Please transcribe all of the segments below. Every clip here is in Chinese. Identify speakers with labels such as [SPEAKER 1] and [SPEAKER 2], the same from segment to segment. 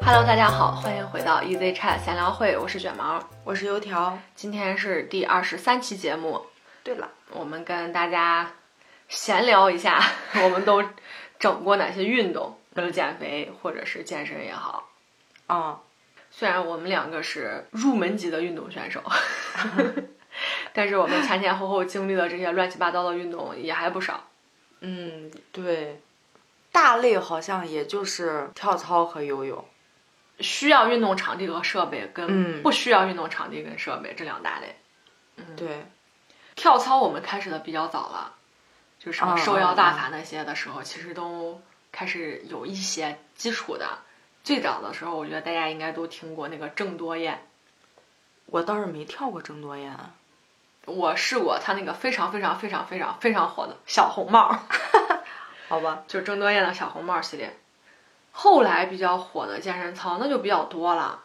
[SPEAKER 1] Hello，大家好，欢迎回到 EZ Chat 闲聊会，我是卷毛，
[SPEAKER 2] 我是油条。
[SPEAKER 1] 今天是第二十三期节目，
[SPEAKER 2] 对了，
[SPEAKER 1] 我们跟大家闲聊一下， 我们都整过哪些运动，为了减肥或者是健身也好。
[SPEAKER 2] 啊、
[SPEAKER 1] 虽然我们两个是入门级的运动选手， 但是我们前前后后经历的这些乱七八糟的运动也还不少。
[SPEAKER 2] 嗯，对，大类好像也就是跳操和游泳。
[SPEAKER 1] 需要运动场地和设备跟
[SPEAKER 2] 嗯
[SPEAKER 1] 不需要运动场地跟设备这两大类。
[SPEAKER 2] 对，
[SPEAKER 1] 跳操我们开始的比较早了，就是什么
[SPEAKER 2] 嗯
[SPEAKER 1] 收腰大法那些的时候，其实都开始有一些基础的。最早的时候，我觉得大家应该都听过那个郑多燕，
[SPEAKER 2] 我倒是没跳过郑多燕。
[SPEAKER 1] 我试过她那个非常非常非常非常非常火的小红帽，
[SPEAKER 2] 好吧，
[SPEAKER 1] 就是郑多燕的小红帽系列。后来比较火的健身操那就比较多了，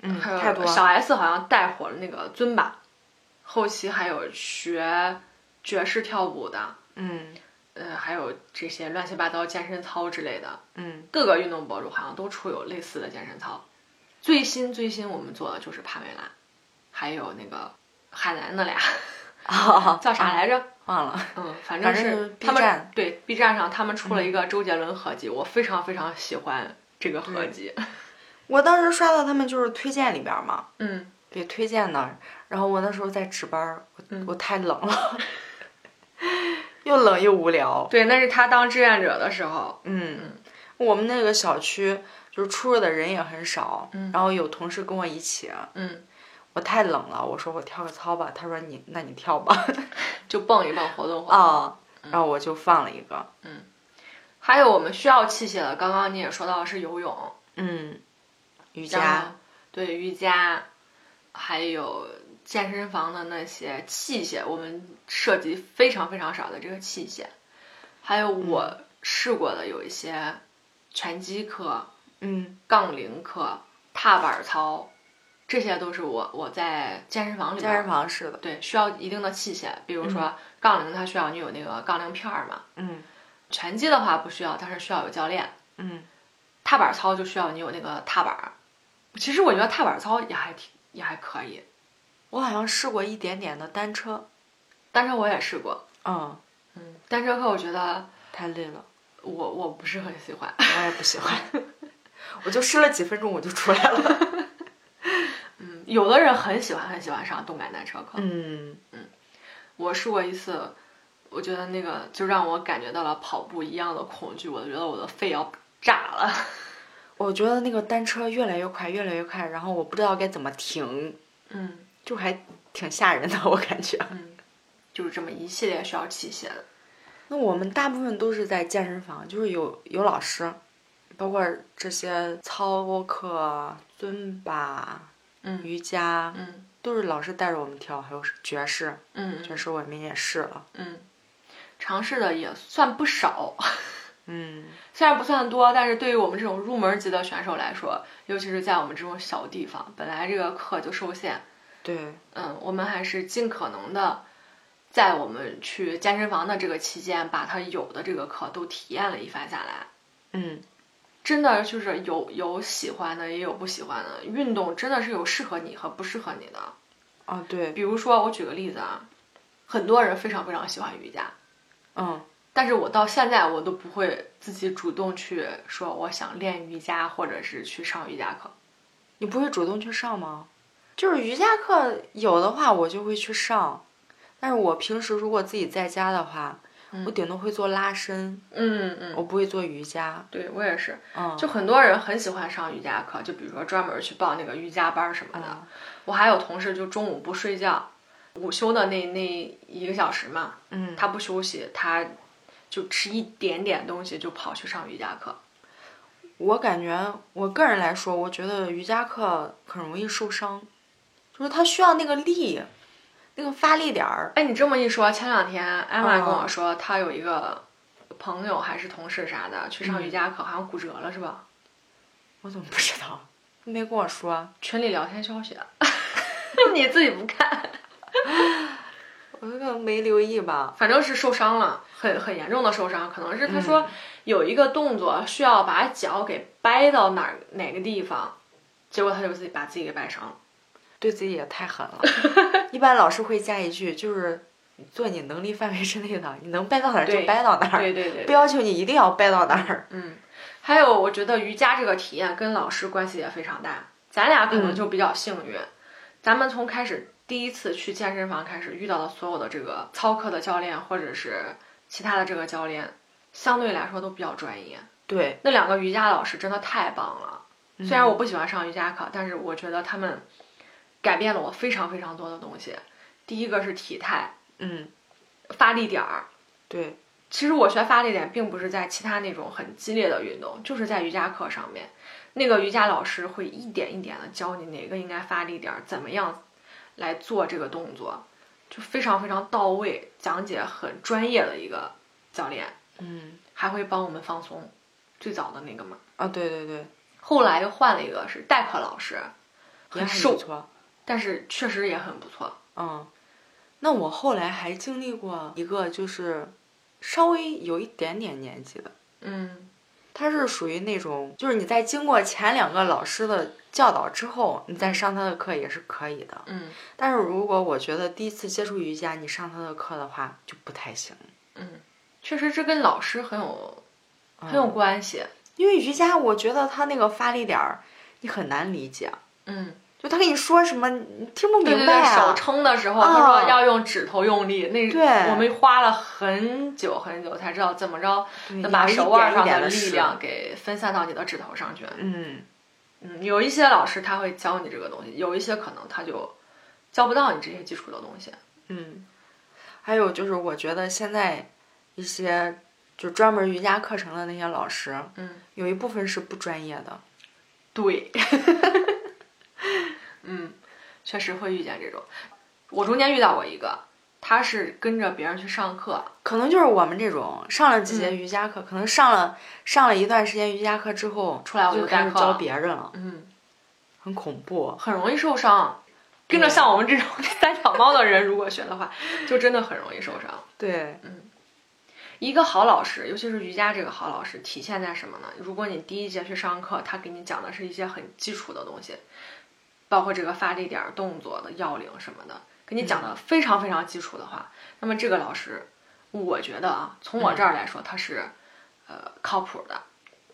[SPEAKER 2] 嗯，
[SPEAKER 1] 还有
[SPEAKER 2] 太多
[SPEAKER 1] 小
[SPEAKER 2] 了。
[SPEAKER 1] S 好像带火了那个尊巴，后期还有学爵士跳舞的，
[SPEAKER 2] 嗯
[SPEAKER 1] 呃，还有这些乱七八糟健身操之类的，
[SPEAKER 2] 嗯，
[SPEAKER 1] 各个运动博主好像都出有类似的健身操。最新最新我们做的就是帕梅拉，还有那个海南的俩叫啥来着？
[SPEAKER 2] 忘了。
[SPEAKER 1] 嗯，反正
[SPEAKER 2] 反正是
[SPEAKER 1] 是
[SPEAKER 2] B
[SPEAKER 1] 他们
[SPEAKER 2] 站嗯
[SPEAKER 1] 对 B 站上他们出了一个周杰伦合集，我非常非常喜欢这个合集。
[SPEAKER 2] 我当时刷到他们就是推荐里边嘛，
[SPEAKER 1] 嗯，
[SPEAKER 2] 给推荐的。然后我那时候在值班儿，我、
[SPEAKER 1] 嗯
[SPEAKER 2] 我太冷了， 又冷又无聊。
[SPEAKER 1] 对，那是他当志愿者的时候。
[SPEAKER 2] 嗯，我们那个小区就是出入的人也很少，
[SPEAKER 1] 嗯
[SPEAKER 2] 然后有同事跟我一起，啊
[SPEAKER 1] 嗯，
[SPEAKER 2] 我太冷了，我说我跳个操吧，他说你那你跳 吧，
[SPEAKER 1] 就蹦一蹦活动活动。
[SPEAKER 2] 啊，然后我就放了一个，
[SPEAKER 1] 还有我们需要器械的，刚刚你也说到的是游泳。
[SPEAKER 2] 嗯，瑜
[SPEAKER 1] 然后
[SPEAKER 2] 伽，
[SPEAKER 1] 对瑜伽，还有健身房的那些器械，我们涉及非常非常少的这个器械，还有我试过的有一些拳击课、
[SPEAKER 2] 嗯
[SPEAKER 1] 杠铃课、踏板操，这些都是我我在健身房里
[SPEAKER 2] 健身
[SPEAKER 1] 边。
[SPEAKER 2] 房是的，
[SPEAKER 1] 对，需要一定的器械，比如说杠铃，它需要你有那个杠铃片儿嘛。
[SPEAKER 2] 嗯
[SPEAKER 1] 拳击的话不需要，但是需要有教练。
[SPEAKER 2] 嗯，
[SPEAKER 1] 踏板操就需要你有那个踏板儿。其实我觉得踏板操也还挺也还可以，
[SPEAKER 2] 我好像试过一点点的单车，
[SPEAKER 1] 单车我也试过。
[SPEAKER 2] 嗯，
[SPEAKER 1] 嗯，单车课我觉得
[SPEAKER 2] 太累 了，
[SPEAKER 1] 我我不是很喜欢。
[SPEAKER 2] 我也不喜欢， 我就试了几分钟我就出 来了，
[SPEAKER 1] 嗯，有的人很喜欢很喜欢上动感单车课，
[SPEAKER 2] 嗯
[SPEAKER 1] 我试过一次，我觉得那个就让我感觉到了跑步一样的恐惧，我觉得我的肺要炸了。
[SPEAKER 2] 我觉得那个单车越来越快，越来越快，然后我不知道该怎么停，
[SPEAKER 1] 嗯
[SPEAKER 2] 就还挺吓人的，我感觉。
[SPEAKER 1] 嗯，就是这么一系列需要器械的。
[SPEAKER 2] 那我们大部分都是在健身房，就是有有老师，包括这些操课、啊尊巴、啊
[SPEAKER 1] 嗯
[SPEAKER 2] 瑜伽，啊
[SPEAKER 1] 嗯
[SPEAKER 2] 都是老师带着我们跳，还有爵士，爵
[SPEAKER 1] 嗯
[SPEAKER 2] 士我们也试了。
[SPEAKER 1] 嗯，尝试的也算不少。
[SPEAKER 2] 嗯，
[SPEAKER 1] 虽然不算多，但是对于我们这种入门级的选手来说，尤其是在我们这种小地方，本来这个课就受限，
[SPEAKER 2] 对，
[SPEAKER 1] 嗯，我们还是尽可能的，在我们去健身房的这个期间，把他有的这个课都体验了一番下来。
[SPEAKER 2] 嗯，
[SPEAKER 1] 真的就是有有喜欢的，也有不喜欢的。运动真的是有适合你和不适合你的。
[SPEAKER 2] 啊对，
[SPEAKER 1] 比如说，我举个例子啊，很多人非常非常喜欢瑜伽，
[SPEAKER 2] 嗯
[SPEAKER 1] 但是我到现在我都不会自己主动去说我想练瑜伽，或者是去上瑜伽课。
[SPEAKER 2] 你不会主动去上吗？就是瑜伽课有的话我就会去上，但是我平时如果自己在家的话，我顶多会做拉伸，
[SPEAKER 1] 嗯嗯，
[SPEAKER 2] 我不会做瑜伽。
[SPEAKER 1] 对我也是。
[SPEAKER 2] 嗯，
[SPEAKER 1] 就很多人很喜欢上瑜伽课，就比如说专门去报那个瑜伽班儿什么的。
[SPEAKER 2] 啊
[SPEAKER 1] 我还有同事就中午不睡觉，午休的那那一个小时嘛，
[SPEAKER 2] 嗯，
[SPEAKER 1] 他不休息，他就吃一点点东西就跑去上瑜伽课。
[SPEAKER 2] 我感觉，我个人来说，我觉得瑜伽课很容易受伤，就是它需要那个力，那个发力点儿。
[SPEAKER 1] 哎，你这么一说，前两天艾玛
[SPEAKER 2] 哦
[SPEAKER 1] 跟我说，她有一个朋友还是同事啥的去上瑜伽课，好像骨折了是吧？
[SPEAKER 2] 我怎么不知道？没跟我说，
[SPEAKER 1] 群里聊天消息，你自己不看？
[SPEAKER 2] 我可能没留意吧。
[SPEAKER 1] 反正是受伤了，很很严重的受伤，可能是他说有一个动作需要把脚给掰到哪儿哪个地方，结果他就自己把自己给掰伤了。
[SPEAKER 2] 对自己也太 狠了。一般老师会加一句，就是做你能力范围之内的，你能掰到哪儿就
[SPEAKER 1] 对
[SPEAKER 2] 掰到哪儿，
[SPEAKER 1] 对对对
[SPEAKER 2] 不，要求你一定要掰到哪儿。
[SPEAKER 1] 嗯，还有我觉得瑜伽这个体验跟老师关系也非常大，咱俩可能就比较幸运，咱们从开始第一次去健身房开始遇到的所有的这个操课的教练或者是其他的这个教练，相对来说都比较专业。
[SPEAKER 2] 对，
[SPEAKER 1] 那两个瑜伽老师真的太棒了，虽然我不喜欢上瑜伽课，但是我觉得他们改变了我非常非常多的东西。第一个是体态、
[SPEAKER 2] 嗯，
[SPEAKER 1] 发力点儿，
[SPEAKER 2] 对，
[SPEAKER 1] 其实我学发力点并不是在其他那种很激烈的运动，就是在瑜伽课上面，那个瑜伽老师会一点一点的教你哪个应该发力点，怎么样来做这个动作，就非常非常到位，讲解很专业的一个教练，
[SPEAKER 2] 嗯，
[SPEAKER 1] 还会帮我们放松。最早的那个嘛，
[SPEAKER 2] 啊，对对对，
[SPEAKER 1] 后来又换了一个是代课老师，
[SPEAKER 2] 也
[SPEAKER 1] 很
[SPEAKER 2] 很不
[SPEAKER 1] 瘦，
[SPEAKER 2] 错。
[SPEAKER 1] 但是确实也很不错。
[SPEAKER 2] 嗯，那我后来还经历过一个，就是稍微有一点点年纪的，
[SPEAKER 1] 嗯
[SPEAKER 2] 他是属于那种，就是你在经过前两个老师的教导之后，你再上他的课也是可以的。
[SPEAKER 1] 嗯
[SPEAKER 2] 但是如果我觉得第一次接触瑜伽，你上他的课的话就不太行，
[SPEAKER 1] 嗯，确实这跟老师很有
[SPEAKER 2] 嗯
[SPEAKER 1] 很有关系。
[SPEAKER 2] 因为瑜伽我觉得他那个发力点儿你很难理解，
[SPEAKER 1] 嗯
[SPEAKER 2] 就他跟你说什么你听不
[SPEAKER 1] 对
[SPEAKER 2] 明
[SPEAKER 1] 对
[SPEAKER 2] 白
[SPEAKER 1] 对，手
[SPEAKER 2] 啊。
[SPEAKER 1] 撑的时候，
[SPEAKER 2] 啊
[SPEAKER 1] 他说要用指头用力，那
[SPEAKER 2] 对
[SPEAKER 1] 我们花了很久很久才知道怎么着
[SPEAKER 2] 对
[SPEAKER 1] 能
[SPEAKER 2] 你
[SPEAKER 1] 把
[SPEAKER 2] 要一
[SPEAKER 1] 手腕
[SPEAKER 2] 点一
[SPEAKER 1] 上
[SPEAKER 2] 点
[SPEAKER 1] 的
[SPEAKER 2] 地
[SPEAKER 1] 力
[SPEAKER 2] 试
[SPEAKER 1] 量给分散到你的指头上去。
[SPEAKER 2] 嗯，
[SPEAKER 1] 嗯，有一些老师他会教你这个东西，有一些可能他就教不到你这些基础的东西。
[SPEAKER 2] 嗯，还有就是，我觉得现在一些就专门瑜伽课程的那些老师，
[SPEAKER 1] 嗯，
[SPEAKER 2] 有一部分是不专业的。
[SPEAKER 1] 对， 嗯，确实会遇见这种。我中间遇到过一个，他是跟着别人去上课，
[SPEAKER 2] 可能就是我们这种上了几节
[SPEAKER 1] 嗯
[SPEAKER 2] 瑜伽课，可能上了上了一段时间瑜伽课之后，
[SPEAKER 1] 出来我就
[SPEAKER 2] 就开
[SPEAKER 1] 代
[SPEAKER 2] 始
[SPEAKER 1] 课
[SPEAKER 2] 教
[SPEAKER 1] 了
[SPEAKER 2] 别人了，
[SPEAKER 1] 嗯，
[SPEAKER 2] 很恐怖。
[SPEAKER 1] 很容易受伤。跟着像我们这种 三脚猫的人，如果学的话，就真的很容易受伤。
[SPEAKER 2] 对，
[SPEAKER 1] 一个好老师，尤其是瑜伽这个好老师，体现在什么呢？如果你第一节去上课，他给你讲的是一些很基础的东西，包括这个发力点儿、动作的要领什么的，给你讲的非常非常基础的话，那么这个老师，我觉得啊，从我这儿来说，他是呃靠谱的。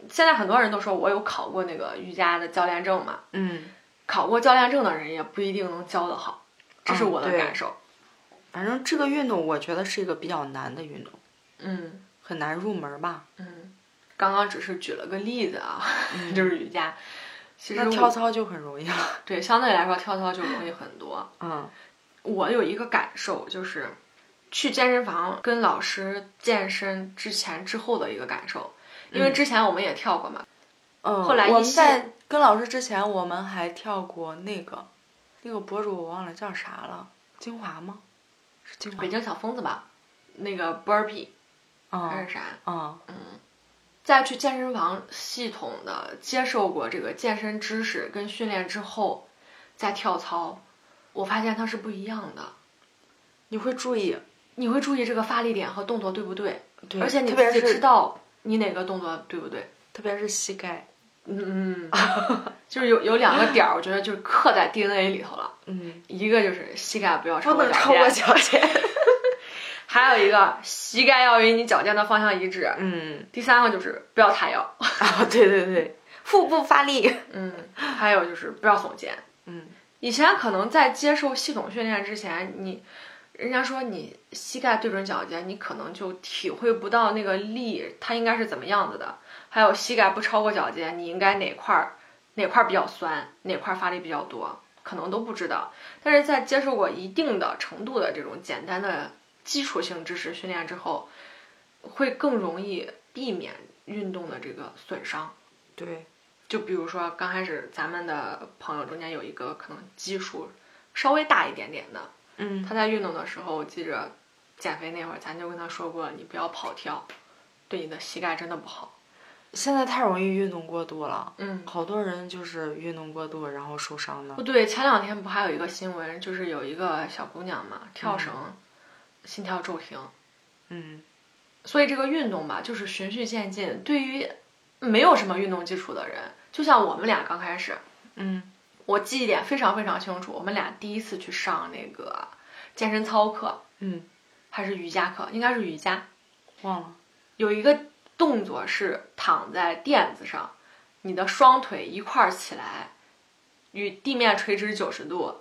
[SPEAKER 1] 现在很多人都说我有考过那个瑜伽的教练证嘛，
[SPEAKER 2] 嗯，
[SPEAKER 1] 考过教练证的人也不一定能教得好，这是
[SPEAKER 2] 嗯
[SPEAKER 1] 我的
[SPEAKER 2] 对
[SPEAKER 1] 感受。
[SPEAKER 2] 反正这个运动我觉得是一个比较难的运动，
[SPEAKER 1] 嗯
[SPEAKER 2] 很难入门吧。
[SPEAKER 1] 嗯，刚刚只是举了个例子啊，就是瑜伽。其实
[SPEAKER 2] 那跳
[SPEAKER 1] 我
[SPEAKER 2] 操就很容易了。
[SPEAKER 1] 对相对来说跳操就容易很多。
[SPEAKER 2] 嗯
[SPEAKER 1] 我有一个感受就是，去健身房跟老师健身之前之后的一个感受，因为之前我们也跳过嘛，
[SPEAKER 2] 嗯，
[SPEAKER 1] 后来一
[SPEAKER 2] 我们
[SPEAKER 1] 系
[SPEAKER 2] 在跟老师之前，我们还跳过那个那个博主，我忘了叫啥了，精华吗？是精华
[SPEAKER 1] 北。京小疯子吧，那个 burpee 还
[SPEAKER 2] 嗯
[SPEAKER 1] 是啥，
[SPEAKER 2] 嗯
[SPEAKER 1] 在去健身房系统的接受过这个健身知识跟训练之后，再跳操，我发现它是不一样的。
[SPEAKER 2] 你会注意，
[SPEAKER 1] 你会注意这个发力点和动作对不对，
[SPEAKER 2] 对，
[SPEAKER 1] 而且你
[SPEAKER 2] 特别
[SPEAKER 1] 自己
[SPEAKER 2] 是
[SPEAKER 1] 知道你哪个动作对不对。
[SPEAKER 2] 特别是膝盖，
[SPEAKER 1] 嗯嗯， 就是有有两个点儿，我觉得就是刻在 DNA 里头了。
[SPEAKER 2] 嗯，
[SPEAKER 1] 一个就是膝盖不要超
[SPEAKER 2] 不
[SPEAKER 1] 过
[SPEAKER 2] 能
[SPEAKER 1] 脚
[SPEAKER 2] 超过
[SPEAKER 1] 尖，
[SPEAKER 2] 脚尖，
[SPEAKER 1] 还有一个膝盖要与你脚尖的方向一致。
[SPEAKER 2] 嗯，
[SPEAKER 1] 第三个就是不要塌腰，
[SPEAKER 2] 啊，对 对对，腹部发力，
[SPEAKER 1] 嗯，还有就是不要耸肩。
[SPEAKER 2] 嗯，
[SPEAKER 1] 以前可能在接受系统训练之前，你人家说你膝盖对准脚尖，你可能就体会不到那个力，它应该是怎么样子的。还有膝盖不超过脚尖，你应该哪块儿哪块儿比较酸，哪块儿发力比较多，可能都不知道。但是在接受过一定的程度的这种简单的基础性知识训练之后，会更容易避免运动的这个损伤。嗯
[SPEAKER 2] 对，
[SPEAKER 1] 就比如说刚开始咱们的朋友中间有一个可能基数稍微大一点点的，
[SPEAKER 2] 嗯，
[SPEAKER 1] 他在运动的时候，我记着减肥那会儿，咱就跟他说过，你不要跑跳，对你的膝盖真的不好。
[SPEAKER 2] 现在太容易运动过度了，
[SPEAKER 1] 嗯，
[SPEAKER 2] 好多人就是运动过度然后受伤的
[SPEAKER 1] 哦不，对，前两天不还有一个新闻，就是有一个小姑娘嘛，跳绳，心跳骤停。
[SPEAKER 2] 嗯，
[SPEAKER 1] 所以这个运动吧，就是循序渐进。对于没有什么运动基础的人，就像我们俩刚开始，
[SPEAKER 2] 嗯，
[SPEAKER 1] 我记忆点非常非常清楚。我们俩第一次去上那个健身操课，
[SPEAKER 2] 嗯，
[SPEAKER 1] 还是瑜伽课，应该是瑜伽。
[SPEAKER 2] 忘了，
[SPEAKER 1] 有一个动作是躺在垫子上，你的双腿一块儿起来，与地面垂直九十度，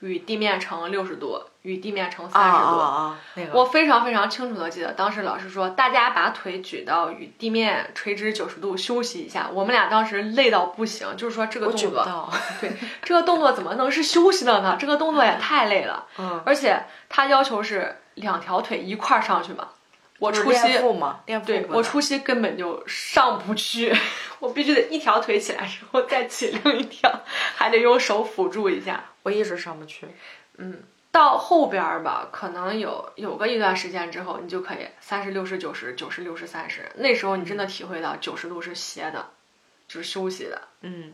[SPEAKER 1] 与地面乘六十度，与地面乘
[SPEAKER 2] 啊
[SPEAKER 1] 三十度。
[SPEAKER 2] 啊啊，那个
[SPEAKER 1] 我非常非常清楚的记得，当时老师说，大家把腿举到与地面垂直九十度休息一下。我们俩当时累到不行，就是说这个
[SPEAKER 2] 我
[SPEAKER 1] 动
[SPEAKER 2] 举不
[SPEAKER 1] 作，
[SPEAKER 2] 到，
[SPEAKER 1] 对， 这个动作怎么能是休息的呢？这个动作也太累了，
[SPEAKER 2] 嗯，
[SPEAKER 1] 而且他要求是两条腿一块儿上去嘛。我
[SPEAKER 2] 就是
[SPEAKER 1] 初期
[SPEAKER 2] 练腹嘛，练腹
[SPEAKER 1] 对
[SPEAKER 2] 部
[SPEAKER 1] 我
[SPEAKER 2] 的
[SPEAKER 1] 初期根本就上不去， 我必须得一条腿起来之后再起另一条，还得用手辅助一下。嗯
[SPEAKER 2] 我一直上不去，
[SPEAKER 1] 到后边儿吧，可能有有个一段时间之后，你就可以三十六十九十九十六十三十，那时候你真的体会到九十度是斜的，就是休息的。
[SPEAKER 2] 嗯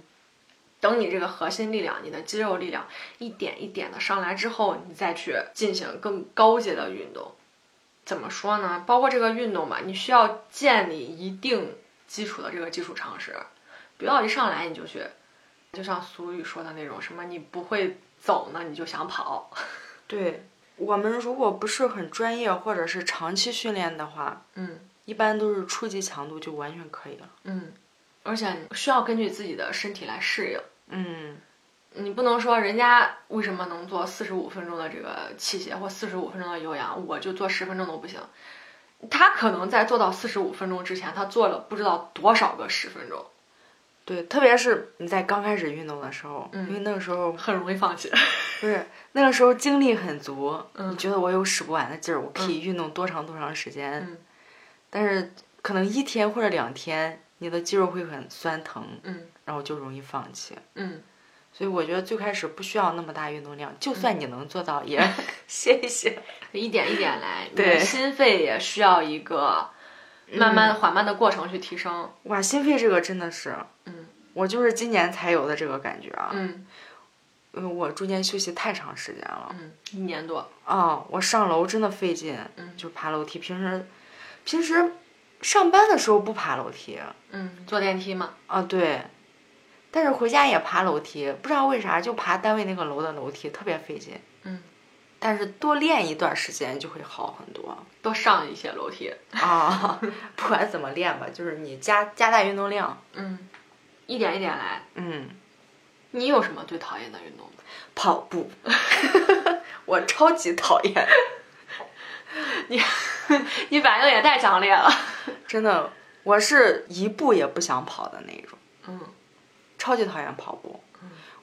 [SPEAKER 1] 等你这个核心力量、你的肌肉力量一点一点的上来之后，你再去进行更高阶的运动。怎么说呢？包括这个运动吧，你需要建立一定基础的这个基础常识，不要一上来你就去，就像俗语说的那种什么你不会走呢，你就想跑。
[SPEAKER 2] 对，我们如果不是很专业或者是长期训练的话，
[SPEAKER 1] 嗯
[SPEAKER 2] 一般都是初级强度就完全可以了。
[SPEAKER 1] 嗯，而且你需要根据自己的身体来适应。
[SPEAKER 2] 嗯，
[SPEAKER 1] 你不能说人家为什么能做四十五分钟的这个器械或四十五分钟的有氧，我就做十分钟都不行。他可能在做到四十五分钟之前，他做了不知道多少个十分钟，
[SPEAKER 2] 对，特别是你在刚开始运动的时候，
[SPEAKER 1] 嗯
[SPEAKER 2] 因为那个时候
[SPEAKER 1] 很容易放弃。
[SPEAKER 2] 不是那个时候精力很足，
[SPEAKER 1] 嗯
[SPEAKER 2] 你觉得我有使不完的劲儿，我可以运动多长多长时间，
[SPEAKER 1] 嗯
[SPEAKER 2] 但是可能一天或者两天，你的肌肉会很酸疼，
[SPEAKER 1] 嗯
[SPEAKER 2] 然后就容易放弃。
[SPEAKER 1] 嗯，
[SPEAKER 2] 所以我觉得最开始不需要那么大运动量，就算你能做 到，也歇一歇。
[SPEAKER 1] 一点一点来，你的
[SPEAKER 2] 对
[SPEAKER 1] 心肺也需要一个慢慢缓慢的过程去提升。
[SPEAKER 2] 哇，心肺这个真的是，
[SPEAKER 1] 嗯，
[SPEAKER 2] 我就是今年才有的这个感觉啊，
[SPEAKER 1] 嗯
[SPEAKER 2] 因为我中间休息太长时间了
[SPEAKER 1] 嗯，一年多。
[SPEAKER 2] 啊，我上楼真的费劲，
[SPEAKER 1] 嗯
[SPEAKER 2] 就爬楼梯，平时平时上班的时候不爬楼梯
[SPEAKER 1] 嗯，坐电梯嘛。
[SPEAKER 2] 啊，对，但是回家也爬楼梯，不知道为啥就爬单位那个楼的楼梯特别费劲，
[SPEAKER 1] 嗯，
[SPEAKER 2] 但是多练一段时间就会好很多
[SPEAKER 1] 多上一些楼梯。
[SPEAKER 2] 啊， 不管怎么练吧，就是你加加大运动量，
[SPEAKER 1] 嗯，一点一点来。
[SPEAKER 2] 嗯，
[SPEAKER 1] 你有什么最讨厌的运动吗？
[SPEAKER 2] 跑步， 我超级讨厌。
[SPEAKER 1] 你反应也太强烈了。
[SPEAKER 2] 真的，我是一步也不想跑的那种，
[SPEAKER 1] 嗯
[SPEAKER 2] 超级讨厌跑步。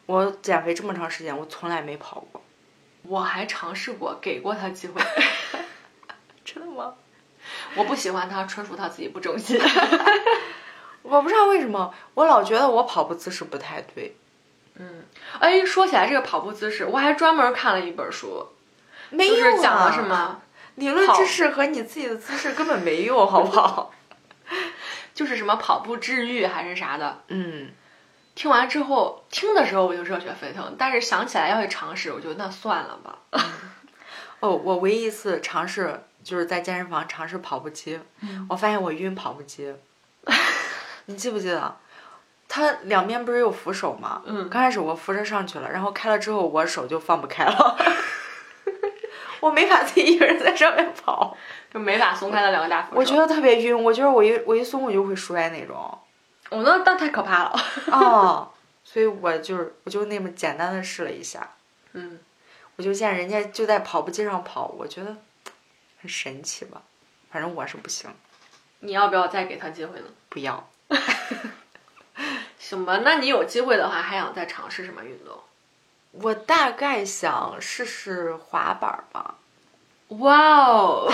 [SPEAKER 2] 我减肥这么长时间，我从来没跑过。，
[SPEAKER 1] 我还尝试过，给过他机会，
[SPEAKER 2] 真的吗？
[SPEAKER 1] 我不喜欢他，纯属他自己不争 气。
[SPEAKER 2] 我不知道为什么，我老觉得我跑步姿势不太对。
[SPEAKER 1] 哎，说起来这个跑步姿势，我还专门看了一本书，
[SPEAKER 2] 没
[SPEAKER 1] 就
[SPEAKER 2] 用、啊、
[SPEAKER 1] 是讲了什？么，
[SPEAKER 2] 啊理论
[SPEAKER 1] 跑
[SPEAKER 2] 知识和你自己的姿势根本没用，好不好？
[SPEAKER 1] 就是什么跑步治愈还是啥的。
[SPEAKER 2] 嗯，
[SPEAKER 1] 听完之后，听的时候我就热血沸腾，但是想起来要去尝试，我就那算了吧。
[SPEAKER 2] 哦，我唯一一次尝试就是在健身房尝试跑步机，
[SPEAKER 1] 嗯
[SPEAKER 2] 我发现我晕跑步机。你记不记得？它两边不是有扶手吗？
[SPEAKER 1] 嗯
[SPEAKER 2] 刚开始我扶着上去了，然后开了之后，我手就放不开了， 我没法自己一个人在上面跑，
[SPEAKER 1] 就没法松开那两个大扶手。
[SPEAKER 2] 我觉得特别晕，我觉得我一我一松我就会摔 那种。
[SPEAKER 1] 我那嗯那太可怕 了。
[SPEAKER 2] 哦，所以我就是我就那么简单的试了一下，
[SPEAKER 1] 嗯，
[SPEAKER 2] 我就见人家就在跑步机上跑，我觉得很神奇吧，反正我是不行。
[SPEAKER 1] 你要不要再给他机会呢？
[SPEAKER 2] 不要。
[SPEAKER 1] 行吧，那你有机会的话，还想再尝试什么运动？
[SPEAKER 2] 我大概想试试滑板吧，
[SPEAKER 1] 哇哦，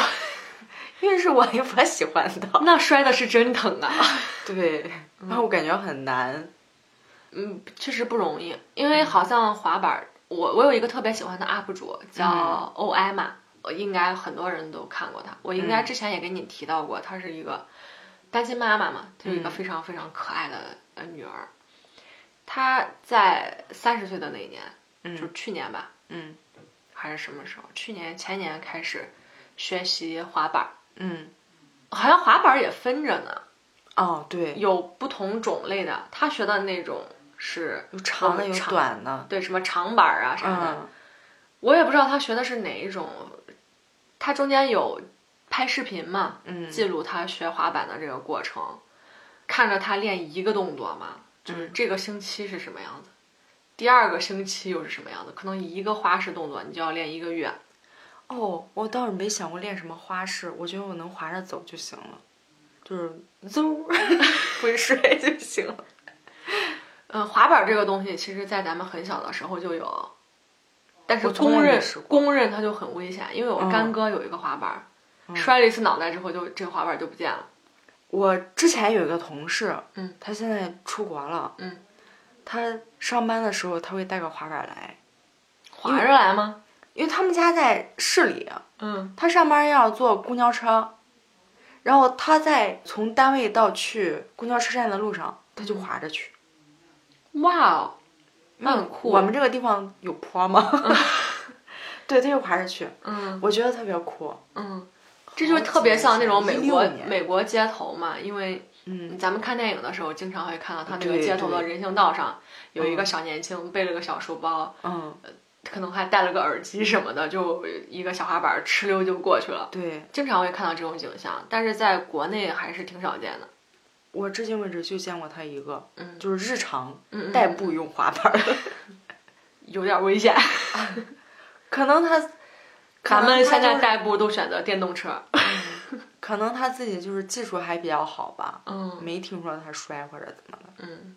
[SPEAKER 2] 因为是我我喜欢的。 嗯
[SPEAKER 1] 那摔的是真疼啊！
[SPEAKER 2] 对，然后我感觉很难。
[SPEAKER 1] 嗯，确实不容易，因为好像滑板儿，我我有一个特别喜欢的 UP 主叫
[SPEAKER 2] 嗯
[SPEAKER 1] O I 嘛，我应该很多人都看过他，我应该之前也给你提到过，她是一个单亲妈妈嘛，她有一个
[SPEAKER 2] 嗯
[SPEAKER 1] 非常非常可爱的呃女儿，她在三十岁的那一年，就是
[SPEAKER 2] 嗯
[SPEAKER 1] 去年吧，
[SPEAKER 2] 嗯
[SPEAKER 1] 还是什么时候？去年前年开始学习滑板儿，
[SPEAKER 2] 嗯，
[SPEAKER 1] 好像滑板儿也分着呢，
[SPEAKER 2] 哦，对，
[SPEAKER 1] 有不同种类的。他学的那种是
[SPEAKER 2] 有长
[SPEAKER 1] 我
[SPEAKER 2] 的
[SPEAKER 1] 们
[SPEAKER 2] 有
[SPEAKER 1] 长
[SPEAKER 2] 短的，
[SPEAKER 1] 对什么长板儿啊啥的，
[SPEAKER 2] 嗯，
[SPEAKER 1] 我也不知道他学的是哪一种。他中间有拍视频嘛，
[SPEAKER 2] 嗯
[SPEAKER 1] 记录他学滑板的这个过程，看着他练一个动作嘛，就是
[SPEAKER 2] 嗯
[SPEAKER 1] 这个星期是什么样子，第二个星期又是什么样子，可能一个花式动作你就要练一个月。
[SPEAKER 2] 哦，我倒是没想过练什么花式，我觉得我能滑着走就行了，就是 嗖滚水就行了。
[SPEAKER 1] 嗯，滑板这个东西，其实在咱们很小的时候就有，但是
[SPEAKER 2] 我从来
[SPEAKER 1] 公认
[SPEAKER 2] 没试过
[SPEAKER 1] 公认它就很危险，因为我
[SPEAKER 2] 嗯
[SPEAKER 1] 干哥有一个滑板，
[SPEAKER 2] 嗯
[SPEAKER 1] 摔了一次脑袋之后就，这个滑板就不见了。
[SPEAKER 2] 我之前有一个同事，
[SPEAKER 1] 嗯，
[SPEAKER 2] 他现在出国了，
[SPEAKER 1] 嗯，
[SPEAKER 2] 他上班的时候他会带个滑板来，
[SPEAKER 1] 滑着来吗？
[SPEAKER 2] 因为他们家在市里，啊
[SPEAKER 1] 嗯，
[SPEAKER 2] 他上班要坐公交车，然后他在从单位到去公交车站的路上，他就滑着去。
[SPEAKER 1] 哇哦，那很酷。
[SPEAKER 2] 我们这个地方有坡吗？ 对，他就滑着去，
[SPEAKER 1] 嗯
[SPEAKER 2] 我觉得特别酷。
[SPEAKER 1] 嗯，这就是特别像那种美国
[SPEAKER 2] 好几年前16年
[SPEAKER 1] 美国街头嘛，因为
[SPEAKER 2] 嗯，
[SPEAKER 1] 咱们看电影的时候，经常会看到他那个
[SPEAKER 2] 对
[SPEAKER 1] 街头的
[SPEAKER 2] 对
[SPEAKER 1] 人行道上有一个
[SPEAKER 2] 嗯
[SPEAKER 1] 小年轻背了个小书包，
[SPEAKER 2] 嗯，
[SPEAKER 1] 可能还戴了个耳机什么的，就一个小滑板哧溜就过去了。
[SPEAKER 2] 对
[SPEAKER 1] 经常会看到这种景象，但是在国内还是挺少见的。
[SPEAKER 2] 我至今为止就见过他一个，
[SPEAKER 1] 嗯
[SPEAKER 2] 就是日常
[SPEAKER 1] 嗯
[SPEAKER 2] 代
[SPEAKER 1] 代步
[SPEAKER 2] 步用滑板的，
[SPEAKER 1] 有点危险。
[SPEAKER 2] 可能他，可
[SPEAKER 1] 咱
[SPEAKER 2] 能
[SPEAKER 1] 们
[SPEAKER 2] 他
[SPEAKER 1] 现在
[SPEAKER 2] 就是
[SPEAKER 1] 代步都选择电动车。
[SPEAKER 2] 可能他自己就是技术还比较好吧，
[SPEAKER 1] 嗯
[SPEAKER 2] 没听说他摔或者怎么的。
[SPEAKER 1] 嗯，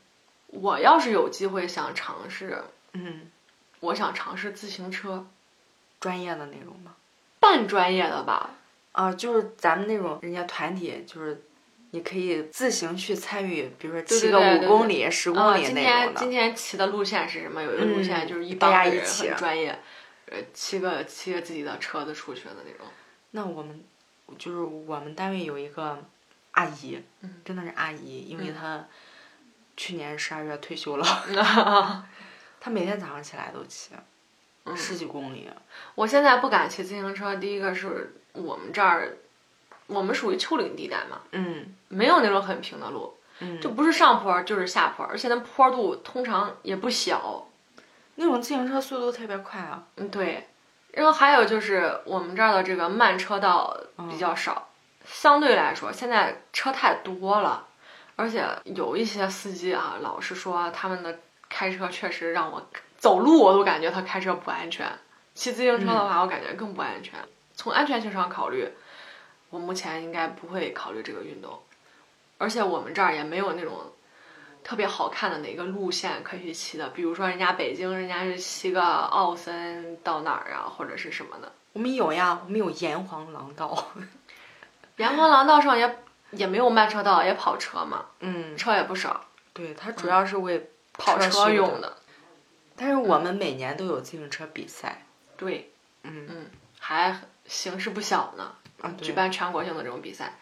[SPEAKER 1] 我要是有机会想尝试，
[SPEAKER 2] 嗯，
[SPEAKER 1] 我想尝试自行车，
[SPEAKER 2] 专业的那种吗？
[SPEAKER 1] 半专业的吧。
[SPEAKER 2] 啊，就是咱们那种人家团体，就是你可以自行去参与，比如说
[SPEAKER 1] 对
[SPEAKER 2] 骑
[SPEAKER 1] 对
[SPEAKER 2] 个
[SPEAKER 1] 对
[SPEAKER 2] 五
[SPEAKER 1] 对
[SPEAKER 2] 公里、十公
[SPEAKER 1] 啊，
[SPEAKER 2] 里
[SPEAKER 1] 今
[SPEAKER 2] 那种
[SPEAKER 1] 天今
[SPEAKER 2] 的。
[SPEAKER 1] 天骑的路线是什么？有一个路线
[SPEAKER 2] 嗯
[SPEAKER 1] 就是一
[SPEAKER 2] 大家
[SPEAKER 1] 帮人
[SPEAKER 2] 一起
[SPEAKER 1] 很专业，呃，骑个骑个自己的车子出去的那种。
[SPEAKER 2] 那我们就是我们单位有一个阿姨，
[SPEAKER 1] 嗯
[SPEAKER 2] 真的是阿姨，因为
[SPEAKER 1] 嗯
[SPEAKER 2] 她去年十二月退休了， 她每天早上起来都骑
[SPEAKER 1] 嗯
[SPEAKER 2] 十几公里。
[SPEAKER 1] 我现在不敢骑自行车，第一个是我们这儿，我们属于丘陵地带嘛，
[SPEAKER 2] 嗯
[SPEAKER 1] 没有那种很平的路，
[SPEAKER 2] 嗯，
[SPEAKER 1] 就不是上坡就是下坡，而且那坡度通常也不小。
[SPEAKER 2] 那种自行车速度特别快啊。
[SPEAKER 1] 嗯，对。然后还有就是我们这儿的这个慢车道比较少，相对来说现在车太多了，而且有一些司机啊，老是说他们的开车确实让我走路我都感觉他开车不安全，骑自行车的
[SPEAKER 2] 嗯
[SPEAKER 1] 话我感觉更不安全。从安全性上考虑，我目前应该不会考虑这个运动，而且我们这儿也没有那种特别好看的哪个路线可以去骑的，比如说人家北京人家是骑个奥森到哪儿啊，或者是什么的。
[SPEAKER 2] 我们有呀，我们有炎黄廊道。
[SPEAKER 1] 炎黄廊道上也也没有慢车道，也跑车嘛，
[SPEAKER 2] 嗯，
[SPEAKER 1] 车也不少，
[SPEAKER 2] 对，它主要是为
[SPEAKER 1] 嗯跑
[SPEAKER 2] 车
[SPEAKER 1] 车
[SPEAKER 2] 修
[SPEAKER 1] 用
[SPEAKER 2] 的。
[SPEAKER 1] 的。
[SPEAKER 2] 但是我们每年都有自行车比赛。
[SPEAKER 1] 对，
[SPEAKER 2] 嗯
[SPEAKER 1] 嗯，还形势不小呢，嗯
[SPEAKER 2] 啊，
[SPEAKER 1] 举
[SPEAKER 2] 对，
[SPEAKER 1] 办全国性的这种比赛，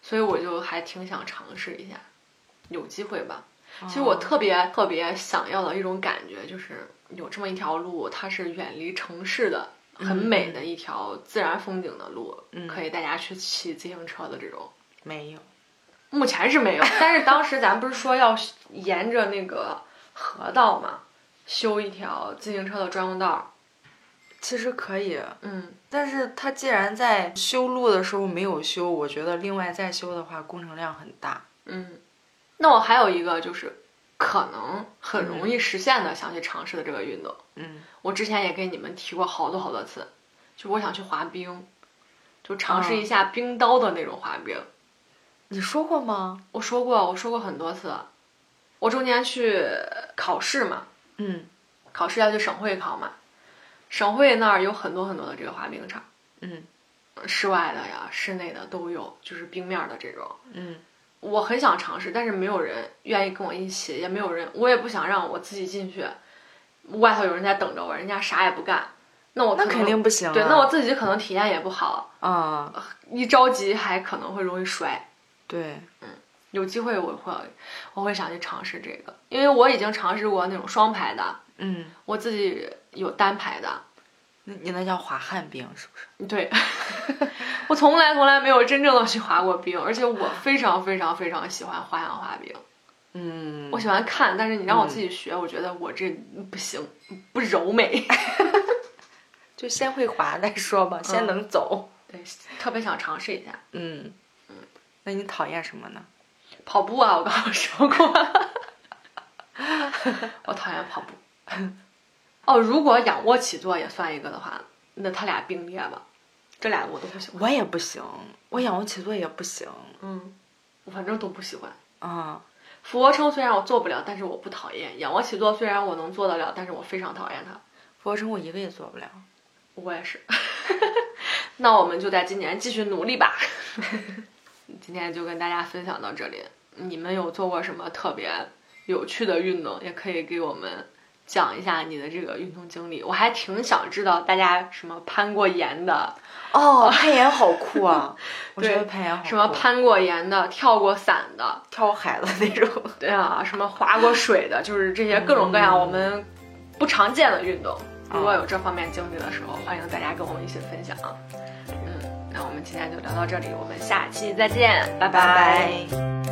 [SPEAKER 1] 所以我就还挺想尝试一下，有机会吧。
[SPEAKER 2] 哦
[SPEAKER 1] 其实我特别特别想要的一种感觉，就是有这么一条路，它是远离城市的，很美的一条自然风景的路，
[SPEAKER 2] 嗯
[SPEAKER 1] 可以大家去骑自行车的这种。
[SPEAKER 2] 没有。
[SPEAKER 1] 目前是 没有，但是当时咱不是说要沿着那个河道嘛，修一条自行车的专用道。
[SPEAKER 2] 其实可以，
[SPEAKER 1] 嗯，
[SPEAKER 2] 但是它既然在修路的时候没有修，我觉得另外再修的话，工程量很大。
[SPEAKER 1] 嗯，那我还有一个就是可能很容易实现的，想去尝试的这个运动，
[SPEAKER 2] 嗯，
[SPEAKER 1] 我之前也跟你们提过好多好多次，就我想去滑冰，就尝试一下冰刀的那种滑冰。
[SPEAKER 2] 你说过吗？
[SPEAKER 1] 我说过，我说过很多次，我中间去考试嘛，
[SPEAKER 2] 嗯
[SPEAKER 1] 考试要去省会考嘛，省会那儿有很多很多的这个滑冰场。
[SPEAKER 2] 嗯
[SPEAKER 1] 室外的呀、室内的都有，就是冰面的这种。
[SPEAKER 2] 嗯
[SPEAKER 1] 我很想尝试，但是没有人愿意跟我一起，也没有人，我也不想让我自己进去，外头有人在等着我，人家啥也不干，那我
[SPEAKER 2] 那
[SPEAKER 1] 可能
[SPEAKER 2] 肯定不行啊
[SPEAKER 1] 对，那我自己可能体验也不好，
[SPEAKER 2] 啊、
[SPEAKER 1] 一着急还可能会容易摔。
[SPEAKER 2] 对，
[SPEAKER 1] 有机会我会我会想去尝试这个，因为我已经尝试过那种双排的，
[SPEAKER 2] 嗯
[SPEAKER 1] 我自己有单排的，
[SPEAKER 2] 那你那叫滑旱冰是不是？
[SPEAKER 1] 对， 我从来从来没有真正的去滑过冰，而且我非常非常非常喜欢花样滑冰，
[SPEAKER 2] 嗯，
[SPEAKER 1] 我喜欢看，但是你让我自己学，我觉得我这不行，不柔美。
[SPEAKER 2] 就先会滑再说吧，先能走。
[SPEAKER 1] 对，特别想尝试一下
[SPEAKER 2] 嗯，那你讨厌什么呢？
[SPEAKER 1] 跑步啊！我刚刚说过， 我讨厌跑步。哦，如果仰卧起坐也算一个的话，那他俩并列吧，这俩我都不喜欢。
[SPEAKER 2] 我也不行，我仰卧起坐也不行
[SPEAKER 1] 嗯，我反正都不喜欢。
[SPEAKER 2] 啊。
[SPEAKER 1] 俯卧撑虽然我做不了，但是我不讨厌；仰卧起坐虽然我能做得了，但是我非常讨厌它。
[SPEAKER 2] 俯卧撑我一个也做不了。
[SPEAKER 1] 我也是。 那我们就在今年继续努力吧。 今天就跟大家分享到这里。你们有做过什么特别有趣的运动，也可以给我们讲一下你的这个运动经历。我还挺想知道大家什么攀过岩的，
[SPEAKER 2] 哦，攀岩好酷啊！我觉得
[SPEAKER 1] 对
[SPEAKER 2] 攀岩好酷，
[SPEAKER 1] 什么攀过岩的，跳过伞的，
[SPEAKER 2] 跳海了那种。
[SPEAKER 1] 对啊，什么划过水的，就是这些各种各样
[SPEAKER 2] 嗯
[SPEAKER 1] 我们不常见的运动。
[SPEAKER 2] 嗯
[SPEAKER 1] 如果有这方面经历的时候，欢迎大家跟我们一起分享。嗯，那我们今天就聊到这里，我们下期再见，拜
[SPEAKER 2] 拜拜。